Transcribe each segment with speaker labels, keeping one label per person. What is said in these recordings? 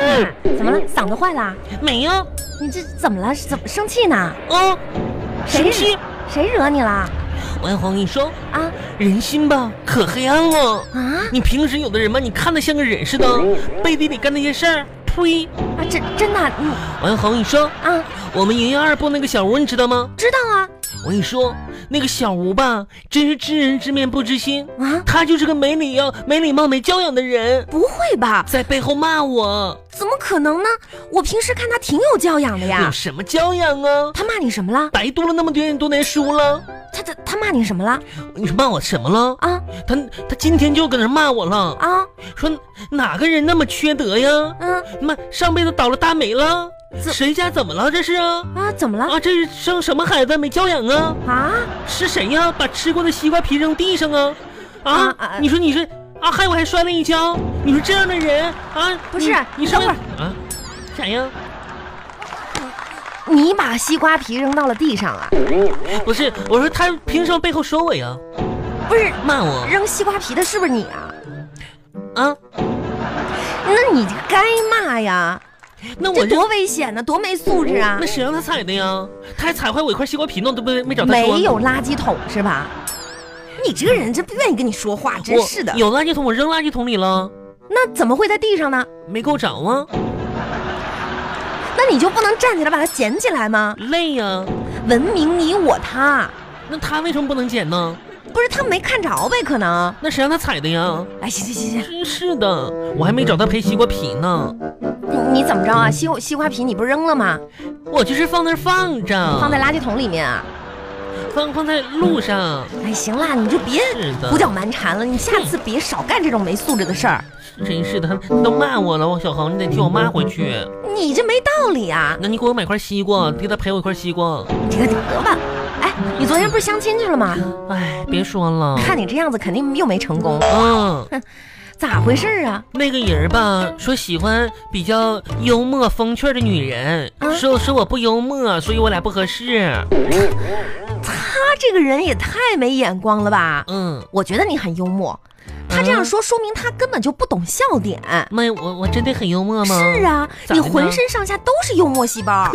Speaker 1: 嗯
Speaker 2: 嗯，
Speaker 1: 怎么了？嗓子坏了？
Speaker 2: 没呀，
Speaker 1: 你这怎么了？怎么生气呢？
Speaker 2: 嗯，
Speaker 1: 谁
Speaker 2: 生气？
Speaker 1: 谁惹你了？
Speaker 2: 我红跟你说，
Speaker 1: 啊
Speaker 2: 人心吧可黑暗了。
Speaker 1: 啊
Speaker 2: 你平时有的人吧，你看着像个人似的，
Speaker 1: 嗯
Speaker 2: 背地里干那些事儿，呸！
Speaker 1: 啊！真真的，你
Speaker 2: 王小红，你说
Speaker 1: 啊，
Speaker 2: 我们营业二部那个小吴，你知道吗？
Speaker 1: 知道啊
Speaker 2: 我跟你说，那个小吴吧，真是知人知面不知心，
Speaker 1: 啊！
Speaker 2: 他就是个没礼貌、没礼貌、没教养的人，
Speaker 1: 不会吧？
Speaker 2: 在背后骂我，
Speaker 1: 怎么可能呢？我平时看他挺有教养的
Speaker 2: 有
Speaker 1: 呀。
Speaker 2: 什么教养啊？
Speaker 1: 他骂你什么了？
Speaker 2: 白读了那么多年多年书了，
Speaker 1: 他他他骂你什么了？
Speaker 2: 你说骂我什么了？
Speaker 1: 啊
Speaker 2: 他他今天就搁那骂我了，
Speaker 1: 啊
Speaker 2: 说哪个人那么缺德呀？
Speaker 1: 嗯
Speaker 2: 妈，上辈子倒了大霉了，
Speaker 1: 怎
Speaker 2: 谁家怎么了？这是啊
Speaker 1: 啊！怎么了？
Speaker 2: 啊，这是生什么孩子没教养啊？
Speaker 1: 啊
Speaker 2: 是谁呀、把吃过的西瓜皮扔地上啊？
Speaker 1: 啊
Speaker 2: 啊，
Speaker 1: 啊
Speaker 2: 你说你是啊，害我还摔了一跤。你说这样的人啊，
Speaker 1: 不是
Speaker 2: 你
Speaker 1: 等
Speaker 2: 上
Speaker 1: 会儿
Speaker 2: 啊？啥呀？
Speaker 1: 你把西瓜皮扔到了地上啊？
Speaker 2: 不是，我说他凭什么背后说我呀？
Speaker 1: 不是
Speaker 2: 骂我
Speaker 1: 扔西瓜皮的是不是你啊？
Speaker 2: 啊？
Speaker 1: 那你该骂呀！
Speaker 2: 那我
Speaker 1: 这
Speaker 2: 就
Speaker 1: 多危险呢，多没素质啊
Speaker 2: 那！谁让他踩的呀？他还踩坏我一块西瓜皮呢，对不对？没找他说。
Speaker 1: 没有垃圾桶是吧？你这个人真不愿意跟你说话，真
Speaker 2: 我
Speaker 1: 是的。
Speaker 2: 有垃圾桶，我扔垃圾桶里了，
Speaker 1: 那怎么会在地上呢？
Speaker 2: 没够着啊，
Speaker 1: 那你就不能站起来把它捡起来吗？
Speaker 2: 累呀、
Speaker 1: 文明你我他，
Speaker 2: 那他为什么不能捡呢？
Speaker 1: 不是他没看着呗？可能。
Speaker 2: 那谁让他踩的呀？
Speaker 1: 哎，行行行行，
Speaker 2: 真是的，我还没找他赔西瓜皮呢，
Speaker 1: 你你怎么着啊？西瓜西瓜皮你不是扔了吗？
Speaker 2: 我就是放那儿放着，
Speaker 1: 放在垃圾桶里面啊？
Speaker 2: 放放在路上。
Speaker 1: 哎，行啦，你就别
Speaker 2: 是的，
Speaker 1: 胡搅蛮缠了，你下次别少干这种没素质的事儿。
Speaker 2: 真是的，他都骂我了，王小航，你得替我骂回去。
Speaker 1: 你这没道理啊！
Speaker 2: 那你给我买块西瓜，替他赔我一块西瓜。
Speaker 1: 你这个得吧？哎，你昨天不是相亲去了吗？
Speaker 2: 哎，别说了，
Speaker 1: 看你这样子，肯定又没成功，
Speaker 2: 嗯，
Speaker 1: 咋回事儿啊？
Speaker 2: 那个人吧，说喜欢比较幽默风趣的女人
Speaker 1: 啊，
Speaker 2: 说说我不幽默，所以我俩不合适。
Speaker 1: 他这个人也太没眼光了吧！
Speaker 2: 嗯，
Speaker 1: 我觉得你很幽默，他这样
Speaker 2: 嗯
Speaker 1: 说说明他根本就不懂笑点。
Speaker 2: 妈，我我真的很幽默吗？
Speaker 1: 是啊，
Speaker 2: 嗯咋
Speaker 1: 你
Speaker 2: 的呢
Speaker 1: 浑身上下都是幽默细 胞。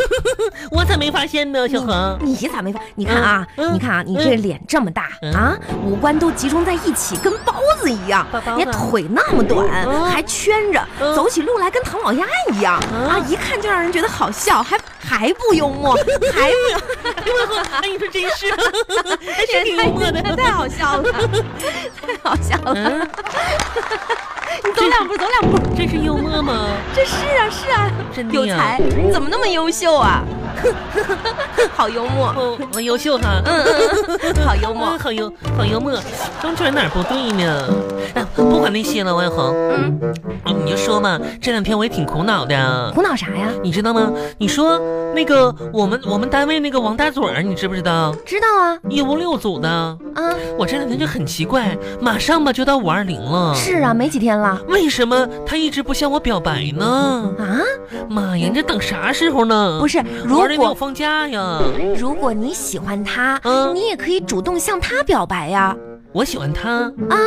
Speaker 2: 我咋没发现呢，小航？
Speaker 1: 你咋没发？你看啊，
Speaker 2: 嗯嗯
Speaker 1: 你看啊，你这脸这么大、
Speaker 2: 嗯
Speaker 1: 啊，五官都集中在一起，跟包子一样
Speaker 2: 包。包
Speaker 1: 你
Speaker 2: 子
Speaker 1: 看腿那么短，
Speaker 2: 嗯
Speaker 1: 还圈着，
Speaker 2: 嗯
Speaker 1: 走起路来跟唐老鸭一样、
Speaker 2: 嗯
Speaker 1: 啊，一看就让人觉得好笑，还还不幽 默，还不幽默
Speaker 2: 哎，你说真是， 还是挺
Speaker 1: 也太
Speaker 2: 幽默的。
Speaker 1: 太好笑了，太好笑了。
Speaker 2: 嗯，
Speaker 1: 你嗯走两步，走两步，
Speaker 2: 这是幽默吗？
Speaker 1: 这是啊是啊，
Speaker 2: 真的
Speaker 1: 有
Speaker 2: 哎呀
Speaker 1: 才，你怎么那么优秀啊？ 好幽默，
Speaker 2: 我哦我优秀哈，
Speaker 1: 嗯嗯，嗯好幽默
Speaker 2: 嗯，，好幽好幽默，张全哪儿不对呢？哎，不管那些了，王小恒，
Speaker 1: 嗯，
Speaker 2: 嗯你就说嘛，这两天我也挺苦恼的。
Speaker 1: 苦恼啥呀？
Speaker 2: 你知道吗？你说那个我们我们单位那个王大嘴儿，你知不知道？
Speaker 1: 知道啊
Speaker 2: 一屋六组的，
Speaker 1: 啊。
Speaker 2: 我这两天就很奇怪，马上吧就到五二零了，
Speaker 1: 是啊，没几天了
Speaker 2: 为什么他一直不向我表白呢？
Speaker 1: 啊！
Speaker 2: 妈呀，你这等啥时候呢？
Speaker 1: 不是，如
Speaker 2: 五二零没有
Speaker 1: 果
Speaker 2: 放假呀，
Speaker 1: 如果你喜欢他，
Speaker 2: 嗯
Speaker 1: 你也可以主动向他表白呀。
Speaker 2: 我喜欢他，
Speaker 1: 啊，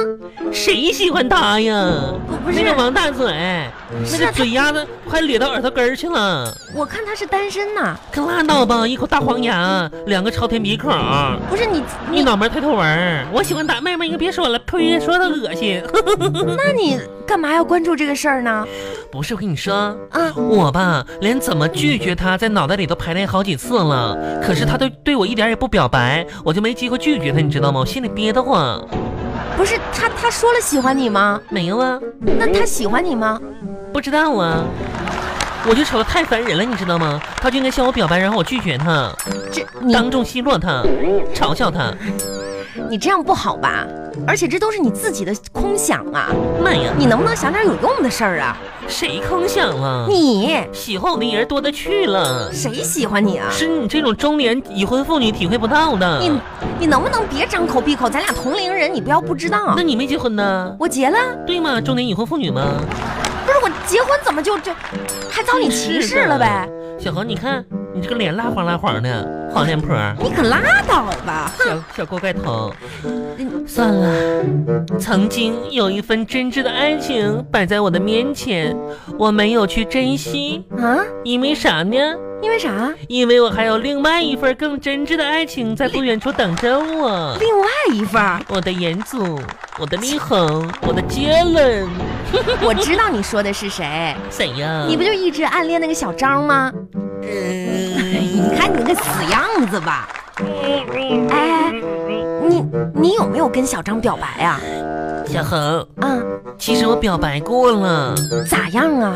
Speaker 2: 谁喜欢他呀？
Speaker 1: 不不是
Speaker 2: 那个王大嘴，
Speaker 1: 是
Speaker 2: 那个
Speaker 1: 他
Speaker 2: 嘴丫子快咧到耳朵根儿去了，
Speaker 1: 我看他是单身呐，
Speaker 2: 可拉倒吧！一口大黄牙，两个朝天鼻孔，
Speaker 1: 不是你
Speaker 2: 一
Speaker 1: 你，
Speaker 2: 脑门抬头纹儿。我喜欢打妹妹，你可别说了，呸，说的恶心。
Speaker 1: 那你干嘛要关注这个事儿呢？
Speaker 2: 不是，我跟你说。
Speaker 1: 啊，
Speaker 2: 我吧，连怎么拒绝他在脑袋里都排练好几次了，可是他都对我一点也不表白，我就没机会拒绝他，你知道吗？我心里憋得慌。
Speaker 1: 不是他他说了喜欢你吗？
Speaker 2: 没有啊，
Speaker 1: 那他喜欢你吗？
Speaker 2: 不知道啊，我就瞅他太烦人了，你知道吗？他就应该向我表白，然后我拒绝他，
Speaker 1: 这你
Speaker 2: 当众奚落他，嘲笑他。
Speaker 1: 你这样不好吧？而且这都是你自己的空想啊！
Speaker 2: 妈呀，
Speaker 1: 你能不能想点有用的事儿啊？
Speaker 2: 谁空想了？
Speaker 1: 你
Speaker 2: 喜欢我的人多的去了，
Speaker 1: 谁喜欢你啊？
Speaker 2: 是你这种中年已婚妇女体会不到的。
Speaker 1: 你你能不能别张口闭口？咱俩同龄人，你不要不知道
Speaker 2: 那。你没结婚呢？
Speaker 1: 我结了，
Speaker 2: 对吗？中年已婚妇女吗？
Speaker 1: 不是我结婚怎么就就还遭你歧视了呗？
Speaker 2: 小恒，你看你这个脸蜡黄蜡黄的，黄脸婆，
Speaker 1: 你可拉倒吧！
Speaker 2: 小小锅盖头。算了，曾经有一份真挚的爱情摆在我的面前，我没有去珍惜，
Speaker 1: 啊，
Speaker 2: 因为啥呢？
Speaker 1: 因为啥？
Speaker 2: 因为我还有另外一份更真挚的爱情在不远处等着我。
Speaker 1: 另外一份儿，
Speaker 2: 我的严总，我的立恒，我的杰伦，
Speaker 1: 我知道你说的是谁，
Speaker 2: 谁呀？
Speaker 1: 你不就一直暗恋那个小张吗？
Speaker 2: 嗯
Speaker 1: 你看你那个死样子吧！哎，你你有没有跟小张表白呀、
Speaker 2: 小恒，
Speaker 1: 啊？
Speaker 2: 其实我表白过了。
Speaker 1: 咋样啊？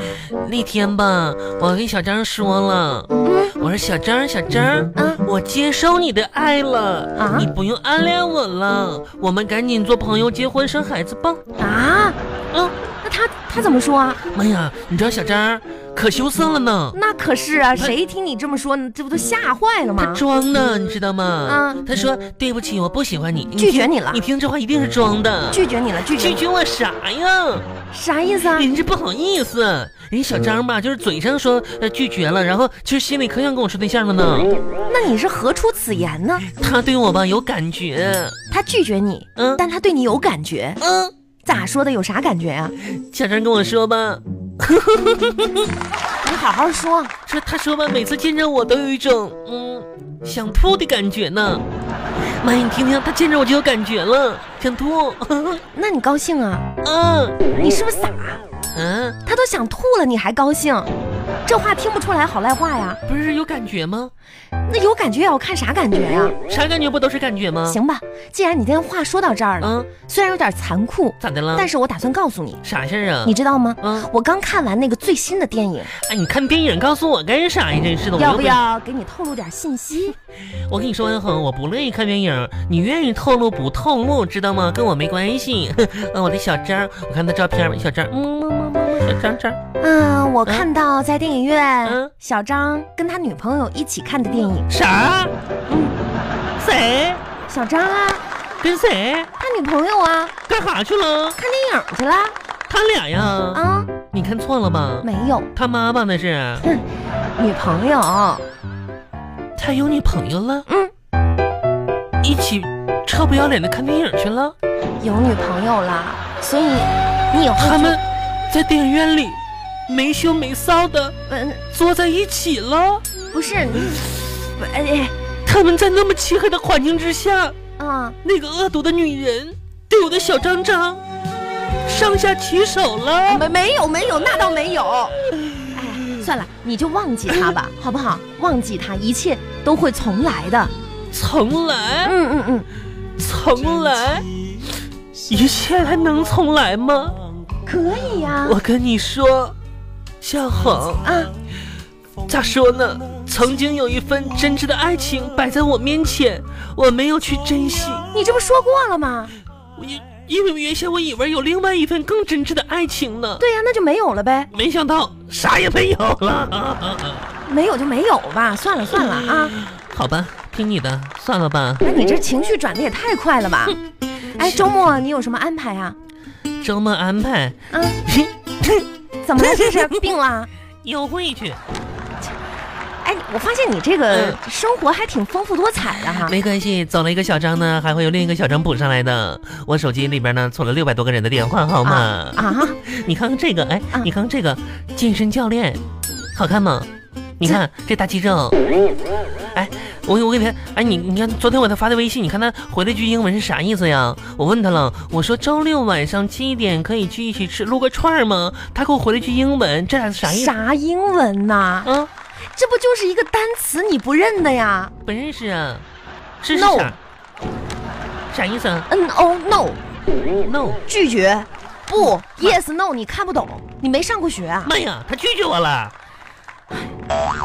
Speaker 2: 那天吧，我跟小张说了，
Speaker 1: 嗯
Speaker 2: 我说小张，小张，
Speaker 1: 啊，
Speaker 2: 我接受你的爱了，
Speaker 1: 啊
Speaker 2: 你不用暗恋我了，我们赶紧做朋友、结婚、生孩子吧。
Speaker 1: 啊，
Speaker 2: 啊，
Speaker 1: 那他他怎么说啊？
Speaker 2: 妈呀，你知道小张可羞涩了呢，
Speaker 1: 那可是啊，
Speaker 2: 他
Speaker 1: 谁听你这么说，你这不都吓坏了
Speaker 2: 他
Speaker 1: 吗？
Speaker 2: 装呢，你知道吗？
Speaker 1: 啊
Speaker 2: 他说对不起，我不喜欢你，你
Speaker 1: 拒绝
Speaker 2: 听
Speaker 1: 你了
Speaker 2: 你听这话一定是装的。
Speaker 1: 拒绝你了，拒绝
Speaker 2: 拒
Speaker 1: 你
Speaker 2: 绝我啥呀？
Speaker 1: 啥意思啊？嗯
Speaker 2: 人家不好意思，人家小张吧，就是嘴上说呃拒绝了，然后其实心里可想跟我处对象了呢。
Speaker 1: 那你是何出此言呢？
Speaker 2: 他对我吧有感觉，
Speaker 1: 他拒绝你，
Speaker 2: 嗯
Speaker 1: 但他对你有感觉，
Speaker 2: 嗯，
Speaker 1: 咋说的？有啥感觉啊？
Speaker 2: 小张跟我说吧，
Speaker 1: 你好好说。
Speaker 2: 说他说吧，每次见着我都有一种嗯想吐的感觉呢。妈呀，你听听，他见着我就有感觉了，想吐。
Speaker 1: 那你高兴啊？
Speaker 2: 嗯
Speaker 1: 你是不是傻？
Speaker 2: 嗯，
Speaker 1: 他都想吐了，你还高兴？这话听不出来好赖话呀？
Speaker 2: 不是有感觉吗？
Speaker 1: 那有感觉也要啊看啥感觉呀？
Speaker 2: 啥感觉不都是感觉吗？
Speaker 1: 行吧，既然你今天话说到这儿了，
Speaker 2: 嗯，
Speaker 1: 虽然有点残酷，
Speaker 2: 咋的了？
Speaker 1: 但是我打算告诉你，
Speaker 2: 啥事儿啊
Speaker 1: 你？知道吗？
Speaker 2: 嗯，
Speaker 1: 我刚看完那个最新的电影，
Speaker 2: 哎，你看电影告诉我干啥呀？真是的，我
Speaker 1: 要
Speaker 2: 又
Speaker 1: 不？要给你透露点信息？
Speaker 2: 我跟你说，文恒，我不乐意看电影，你愿意透露不透露，知道吗？跟我没关系。 嗯，我的小张，我看他照片吧，小张，嗯，么么么么，小张张。
Speaker 1: 嗯，我看到在电影院
Speaker 2: 嗯，
Speaker 1: 小张跟他女朋友一起看的电影。
Speaker 2: 啥？嗯谁
Speaker 1: 小张啊，
Speaker 2: 跟谁
Speaker 1: 他女朋友啊，
Speaker 2: 干啥去了？
Speaker 1: 看电影去了
Speaker 2: 他俩呀？
Speaker 1: 啊？
Speaker 2: 你看错了吧？
Speaker 1: 没有，
Speaker 2: 他妈吧那是？
Speaker 1: 女朋友。
Speaker 2: 他有女朋友了？
Speaker 1: 嗯，
Speaker 2: 一起臭不要脸的看电影去了？
Speaker 1: 有女朋友啦，所以你以后
Speaker 2: 他
Speaker 1: 就
Speaker 2: 们在电影院里没羞没臊的
Speaker 1: 嗯
Speaker 2: 坐在一起了？
Speaker 1: 不是你不哎
Speaker 2: 他们在那么漆黑的环境之下，
Speaker 1: 哎啊
Speaker 2: 那个恶毒的女人对我的小张张上下其手了。
Speaker 1: 没没有没有那倒没有，哎算了你就忘记他吧好不好？忘记他，一切都会重来的。
Speaker 2: 从来。
Speaker 1: 嗯嗯嗯，
Speaker 2: 重来，一切还能重来吗？
Speaker 1: 可以呀
Speaker 2: 我跟你说，向恒，
Speaker 1: 啊
Speaker 2: 咋说呢？曾经有一份真挚的爱情摆在我面前，我没有去珍惜，
Speaker 1: 你这不说过了吗？
Speaker 2: 因因为原先我以为有另外一份更真挚的爱情呢，
Speaker 1: 对呀、那就没有了呗，
Speaker 2: 没想到啥也没有了。
Speaker 1: 没有就没有吧，算了算了啊。
Speaker 2: 好吧，听你的，算了吧。
Speaker 1: 那你这情绪转的也太快了吧？哎，周末你有什么安排啊？
Speaker 2: 周末安排，
Speaker 1: 啊，怎么了？这 是病啦？
Speaker 2: 幽会去，
Speaker 1: 哎，我发现你这个
Speaker 2: 嗯
Speaker 1: 生活还挺丰富多彩的哈。
Speaker 2: 没关系，走了一个小张呢，还会有另一个小张补上来的。我手机里边呢存了六百多个人的电话号码。
Speaker 1: 啊啊！
Speaker 2: 你看看这个，哎，
Speaker 1: 啊
Speaker 2: 你看看这个健身教练，好看吗？你看这大肌肉，哎，我我给他，哎，你你看昨天我给他发的微信，你看他回了句英文是啥意思呀？我问他了，我说周六晚上七点可以去一起吃撸个串儿吗？他给我回了句英文，这俩是啥意思？
Speaker 1: 啥英文呐？
Speaker 2: 啊，
Speaker 1: 这不就是一个单词你不认的呀
Speaker 2: 不认识啊，是是
Speaker 1: No
Speaker 2: 啥？啥意思啊
Speaker 1: ？N O No，
Speaker 2: ？No，
Speaker 1: 拒绝。不，Yes No，你看不懂，你没上过学啊？
Speaker 2: 妈呀，他拒绝我了。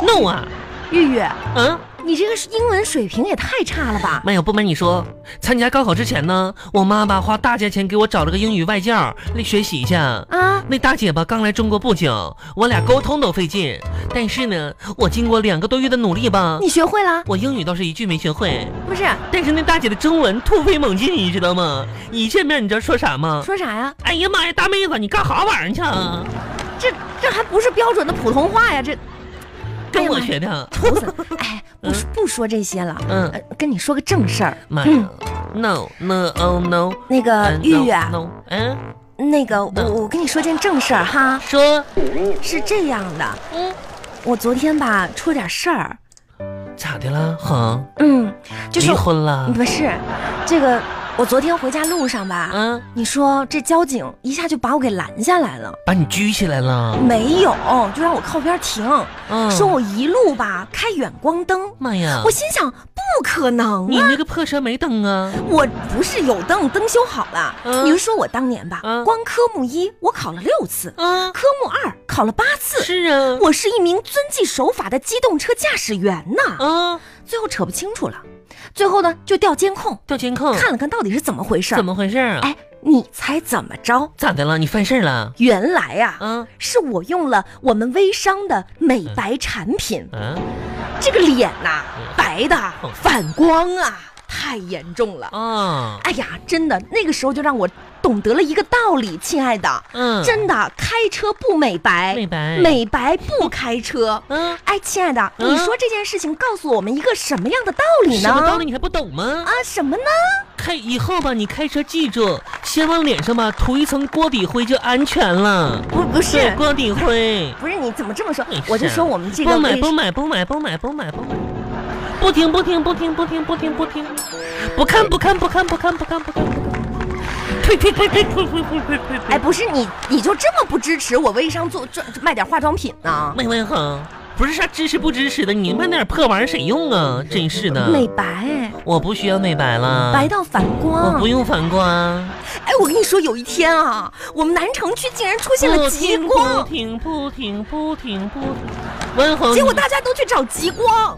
Speaker 2: No 啊，
Speaker 1: 玉玉，
Speaker 2: 嗯、
Speaker 1: 你这个英文水平也太差了吧？
Speaker 2: 妈呀，不瞒你说，参加高考之前呢，我妈吧花大价钱给我找了个英语外教来学习一下。
Speaker 1: 啊，
Speaker 2: 那大姐吧刚来中国不久，我俩沟通都费劲。但是呢，我经过两个多月的努力吧，
Speaker 1: 你学会了？
Speaker 2: 我英语倒是一句没学会。
Speaker 1: 不是，
Speaker 2: 但是那大姐的中文突飞猛进，你知道吗？一见面你知道说啥吗？
Speaker 1: 说啥呀？
Speaker 2: 哎呀妈呀，大妹子，你干啥玩意儿去啊？
Speaker 1: 这这还不是标准的普通话呀？这
Speaker 2: 跟我学的。
Speaker 1: 头子， 哎，不说不说这些了，
Speaker 2: 嗯
Speaker 1: 呃，跟你说个正事儿。
Speaker 2: 妈呀，no no oh no，
Speaker 1: 那个
Speaker 2: 嗯
Speaker 1: 呃玉啊
Speaker 2: no，
Speaker 1: 玉，
Speaker 2: no，嗯，
Speaker 1: 那个我我跟你说件正事儿哈，
Speaker 2: 说，
Speaker 1: 是这样的，
Speaker 2: 嗯，
Speaker 1: 我昨天吧出了点事儿，
Speaker 2: 咋的啦？哼，
Speaker 1: 嗯，就是
Speaker 2: 离婚了？
Speaker 1: 嗯不是这个，我昨天回家路上吧，
Speaker 2: 嗯，
Speaker 1: 你说这交警一下就把我给拦下来了，
Speaker 2: 把你拘起来了？
Speaker 1: 没有，就让我靠边停，
Speaker 2: 嗯，
Speaker 1: 说我一路吧开远光灯，
Speaker 2: 妈呀
Speaker 1: 我，心想不可能
Speaker 2: 你
Speaker 1: 啊，
Speaker 2: 那个破车没灯啊？
Speaker 1: 我不是有灯，灯修好了，
Speaker 2: 嗯
Speaker 1: 你就说我当年吧，
Speaker 2: 嗯
Speaker 1: 光科目一我考了六次，
Speaker 2: 啊，
Speaker 1: 科目二考了八次，
Speaker 2: 是啊，
Speaker 1: 我是一名遵纪守法的机动车驾驶员呐。
Speaker 2: 啊，
Speaker 1: 最后扯不清楚了，最后呢就调监控，
Speaker 2: 调监控，
Speaker 1: 看了看到底是怎么回事儿。
Speaker 2: 怎么回事啊？
Speaker 1: 哎，你猜怎么着？
Speaker 2: 咋的了？你犯事儿了？
Speaker 1: 原来呀、
Speaker 2: 嗯
Speaker 1: 是我用了我们微商的美白产品，
Speaker 2: 嗯
Speaker 1: 这个脸呐、白的
Speaker 2: 哼
Speaker 1: 反光啊，太严重了。
Speaker 2: 啊，
Speaker 1: 哎呀，真的，那个时候就让我懂得了一个道理，亲爱的，
Speaker 2: 嗯，
Speaker 1: 真的，开车不美白，
Speaker 2: 美白
Speaker 1: 美白不开车。
Speaker 2: 嗯，
Speaker 1: 哎，亲爱的，
Speaker 2: 嗯
Speaker 1: 你说这件事情告诉我们一个什么样的道理
Speaker 2: 什
Speaker 1: 呢？
Speaker 2: 么道理你还不懂吗？
Speaker 1: 啊，什么呢？
Speaker 2: 开以后吧，你开车记住，先往脸上吧涂一层锅底灰就安全了。
Speaker 1: 不，不
Speaker 2: 对
Speaker 1: 是，
Speaker 2: 锅底灰。
Speaker 1: 不是，你怎么这么说
Speaker 2: 没？
Speaker 1: 我就
Speaker 2: 事儿
Speaker 1: 说我们这个
Speaker 2: 不买
Speaker 1: 卫
Speaker 2: 不买不买不买不买不买，不听不听不听不听不听不听，不看不看不看不看不看不看，退退退退退退退退退
Speaker 1: 哎，
Speaker 2: 退！
Speaker 1: 不是你，你就这么不支持我微商做赚卖点化妆品呢？
Speaker 2: 没文恒，不是啥支持不支持的，你们那点破玩意儿谁用啊？真是的，
Speaker 1: 美白，哎
Speaker 2: 我不需要美白了，
Speaker 1: 白到反
Speaker 2: 嗯我
Speaker 1: 光
Speaker 2: 不。用反光，
Speaker 1: 哎，我跟你说，有一天啊，我们南城区竟然出现了
Speaker 2: 不
Speaker 1: 极
Speaker 2: 停不
Speaker 1: 光，
Speaker 2: 停不停不停不停，文恒，
Speaker 1: 结果大家都去找极光，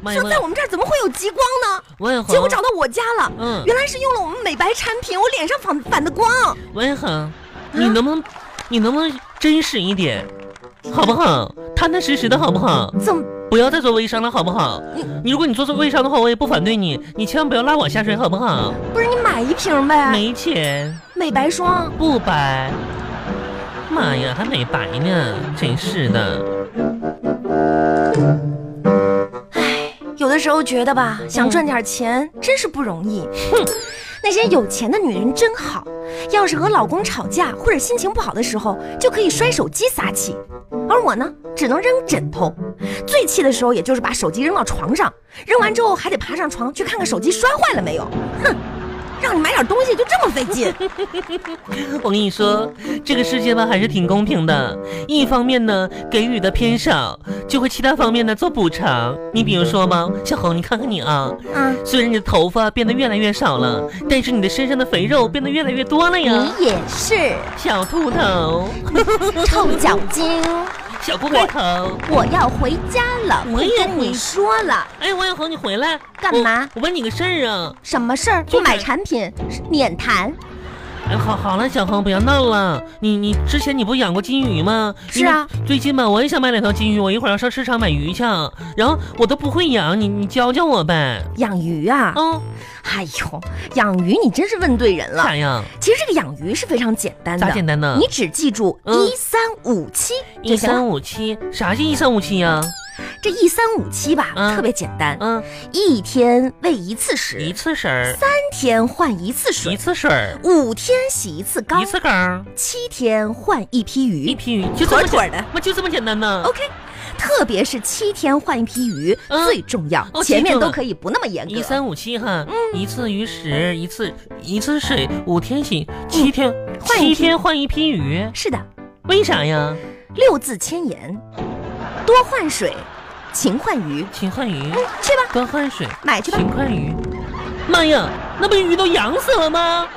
Speaker 2: 妈呀
Speaker 1: 说在我们这儿怎么会有极光呢？
Speaker 2: 文恒，
Speaker 1: 结果找到我家了，
Speaker 2: 哦嗯
Speaker 1: 原来是用了我们美白产品，我脸上反反的光。
Speaker 2: 文恒，你能不能，你能不能真实一点，好不好？踏踏实实的好不好？
Speaker 1: 怎么？
Speaker 2: 不要再做微商了，好不好？你如果你做做微商的话，我也不反对你，你千万不要拉我下水，好不好？
Speaker 1: 不是你买一瓶呗？
Speaker 2: 没钱
Speaker 1: 美白霜，
Speaker 2: 不白，妈呀，还没白呢，真是的。
Speaker 1: 有的时候觉得
Speaker 2: 嗯
Speaker 1: 吧，想赚点钱真是不容易。哼，那些有钱的女人真好，要是和老公吵架或者心情不好的时候，就可以摔手机撒气，而我呢，只能扔枕头。最气的时候，也就是把手机扔到床上，扔完之后还得爬上床去看看手机摔坏了没有。哼，让你买点东西就这么费 劲。
Speaker 2: 我跟你说，这个世界吧还是挺公平的，一方面呢给予的偏少，就会其他方面呢做补偿。你比如说吧，小红，你看看你啊，
Speaker 1: 啊，
Speaker 2: 虽然你的头发变得越来越少了，
Speaker 1: 嗯
Speaker 2: 但是你的身上的肥肉变得越来越多了哎呀，
Speaker 1: 你也是
Speaker 2: 小兔头，
Speaker 1: 臭脚精，
Speaker 2: 小锅盖头。
Speaker 1: 我要回家了。
Speaker 2: 我也
Speaker 1: 跟你
Speaker 2: 回
Speaker 1: 说了。
Speaker 2: 哎，王小红，你回来
Speaker 1: 干嘛
Speaker 2: 我？我问你个事儿啊。
Speaker 1: 什么事儿？
Speaker 2: 就
Speaker 1: 不买
Speaker 2: 是
Speaker 1: 产品，免谈。
Speaker 2: 哎，好好了，小红，不要闹了。你你之前你不养过金鱼吗？
Speaker 1: 是啊。
Speaker 2: 最近吧，我也想买两条金鱼，我一会儿要上市场买鱼去，然后我都不会养，你你教教我呗。
Speaker 1: 养鱼啊，
Speaker 2: 啊、
Speaker 1: 哎呦，养鱼你真是问对人了。
Speaker 2: 咋样？
Speaker 1: 其实这个养鱼是非常简单的，
Speaker 2: 咋简单呢？
Speaker 1: 你只记住
Speaker 2: 嗯
Speaker 1: 一三五七就
Speaker 2: 一
Speaker 1: 行了。
Speaker 2: 三五七，啥是一三五七呀？
Speaker 1: 这一三五七吧，
Speaker 2: 嗯
Speaker 1: 特别简单，
Speaker 2: 嗯，
Speaker 1: 一天喂一次
Speaker 2: 一
Speaker 1: 食，
Speaker 2: 次食儿，
Speaker 1: 三天换一次
Speaker 2: 一
Speaker 1: 水，
Speaker 2: 次水儿，
Speaker 1: 五天洗一次缸
Speaker 2: 一，次缸。
Speaker 1: 七天换一批
Speaker 2: 一
Speaker 1: 鱼。
Speaker 2: 批鱼，就这么
Speaker 1: 妥妥的哦
Speaker 2: 那就这么简单呢。
Speaker 1: OK，特别是七天换一批鱼
Speaker 2: 嗯
Speaker 1: 最重要，
Speaker 2: 哦
Speaker 1: 前
Speaker 2: 记
Speaker 1: 面
Speaker 2: 住了
Speaker 1: 都可以不那么严
Speaker 2: 一
Speaker 1: 格。
Speaker 2: 三五七哈，
Speaker 1: 嗯
Speaker 2: 一次鱼食，一次一次水，五天洗，七天
Speaker 1: 嗯换一批
Speaker 2: 七天换一批鱼，
Speaker 1: 是的，
Speaker 2: 为啥呀？
Speaker 1: 六字千言，多换水，勤换鱼，
Speaker 2: 勤换鱼，
Speaker 1: 嗯，去吧，
Speaker 2: 多换水，
Speaker 1: 买去吧。
Speaker 2: 勤换鱼。妈呀，那不鱼都养死了吗？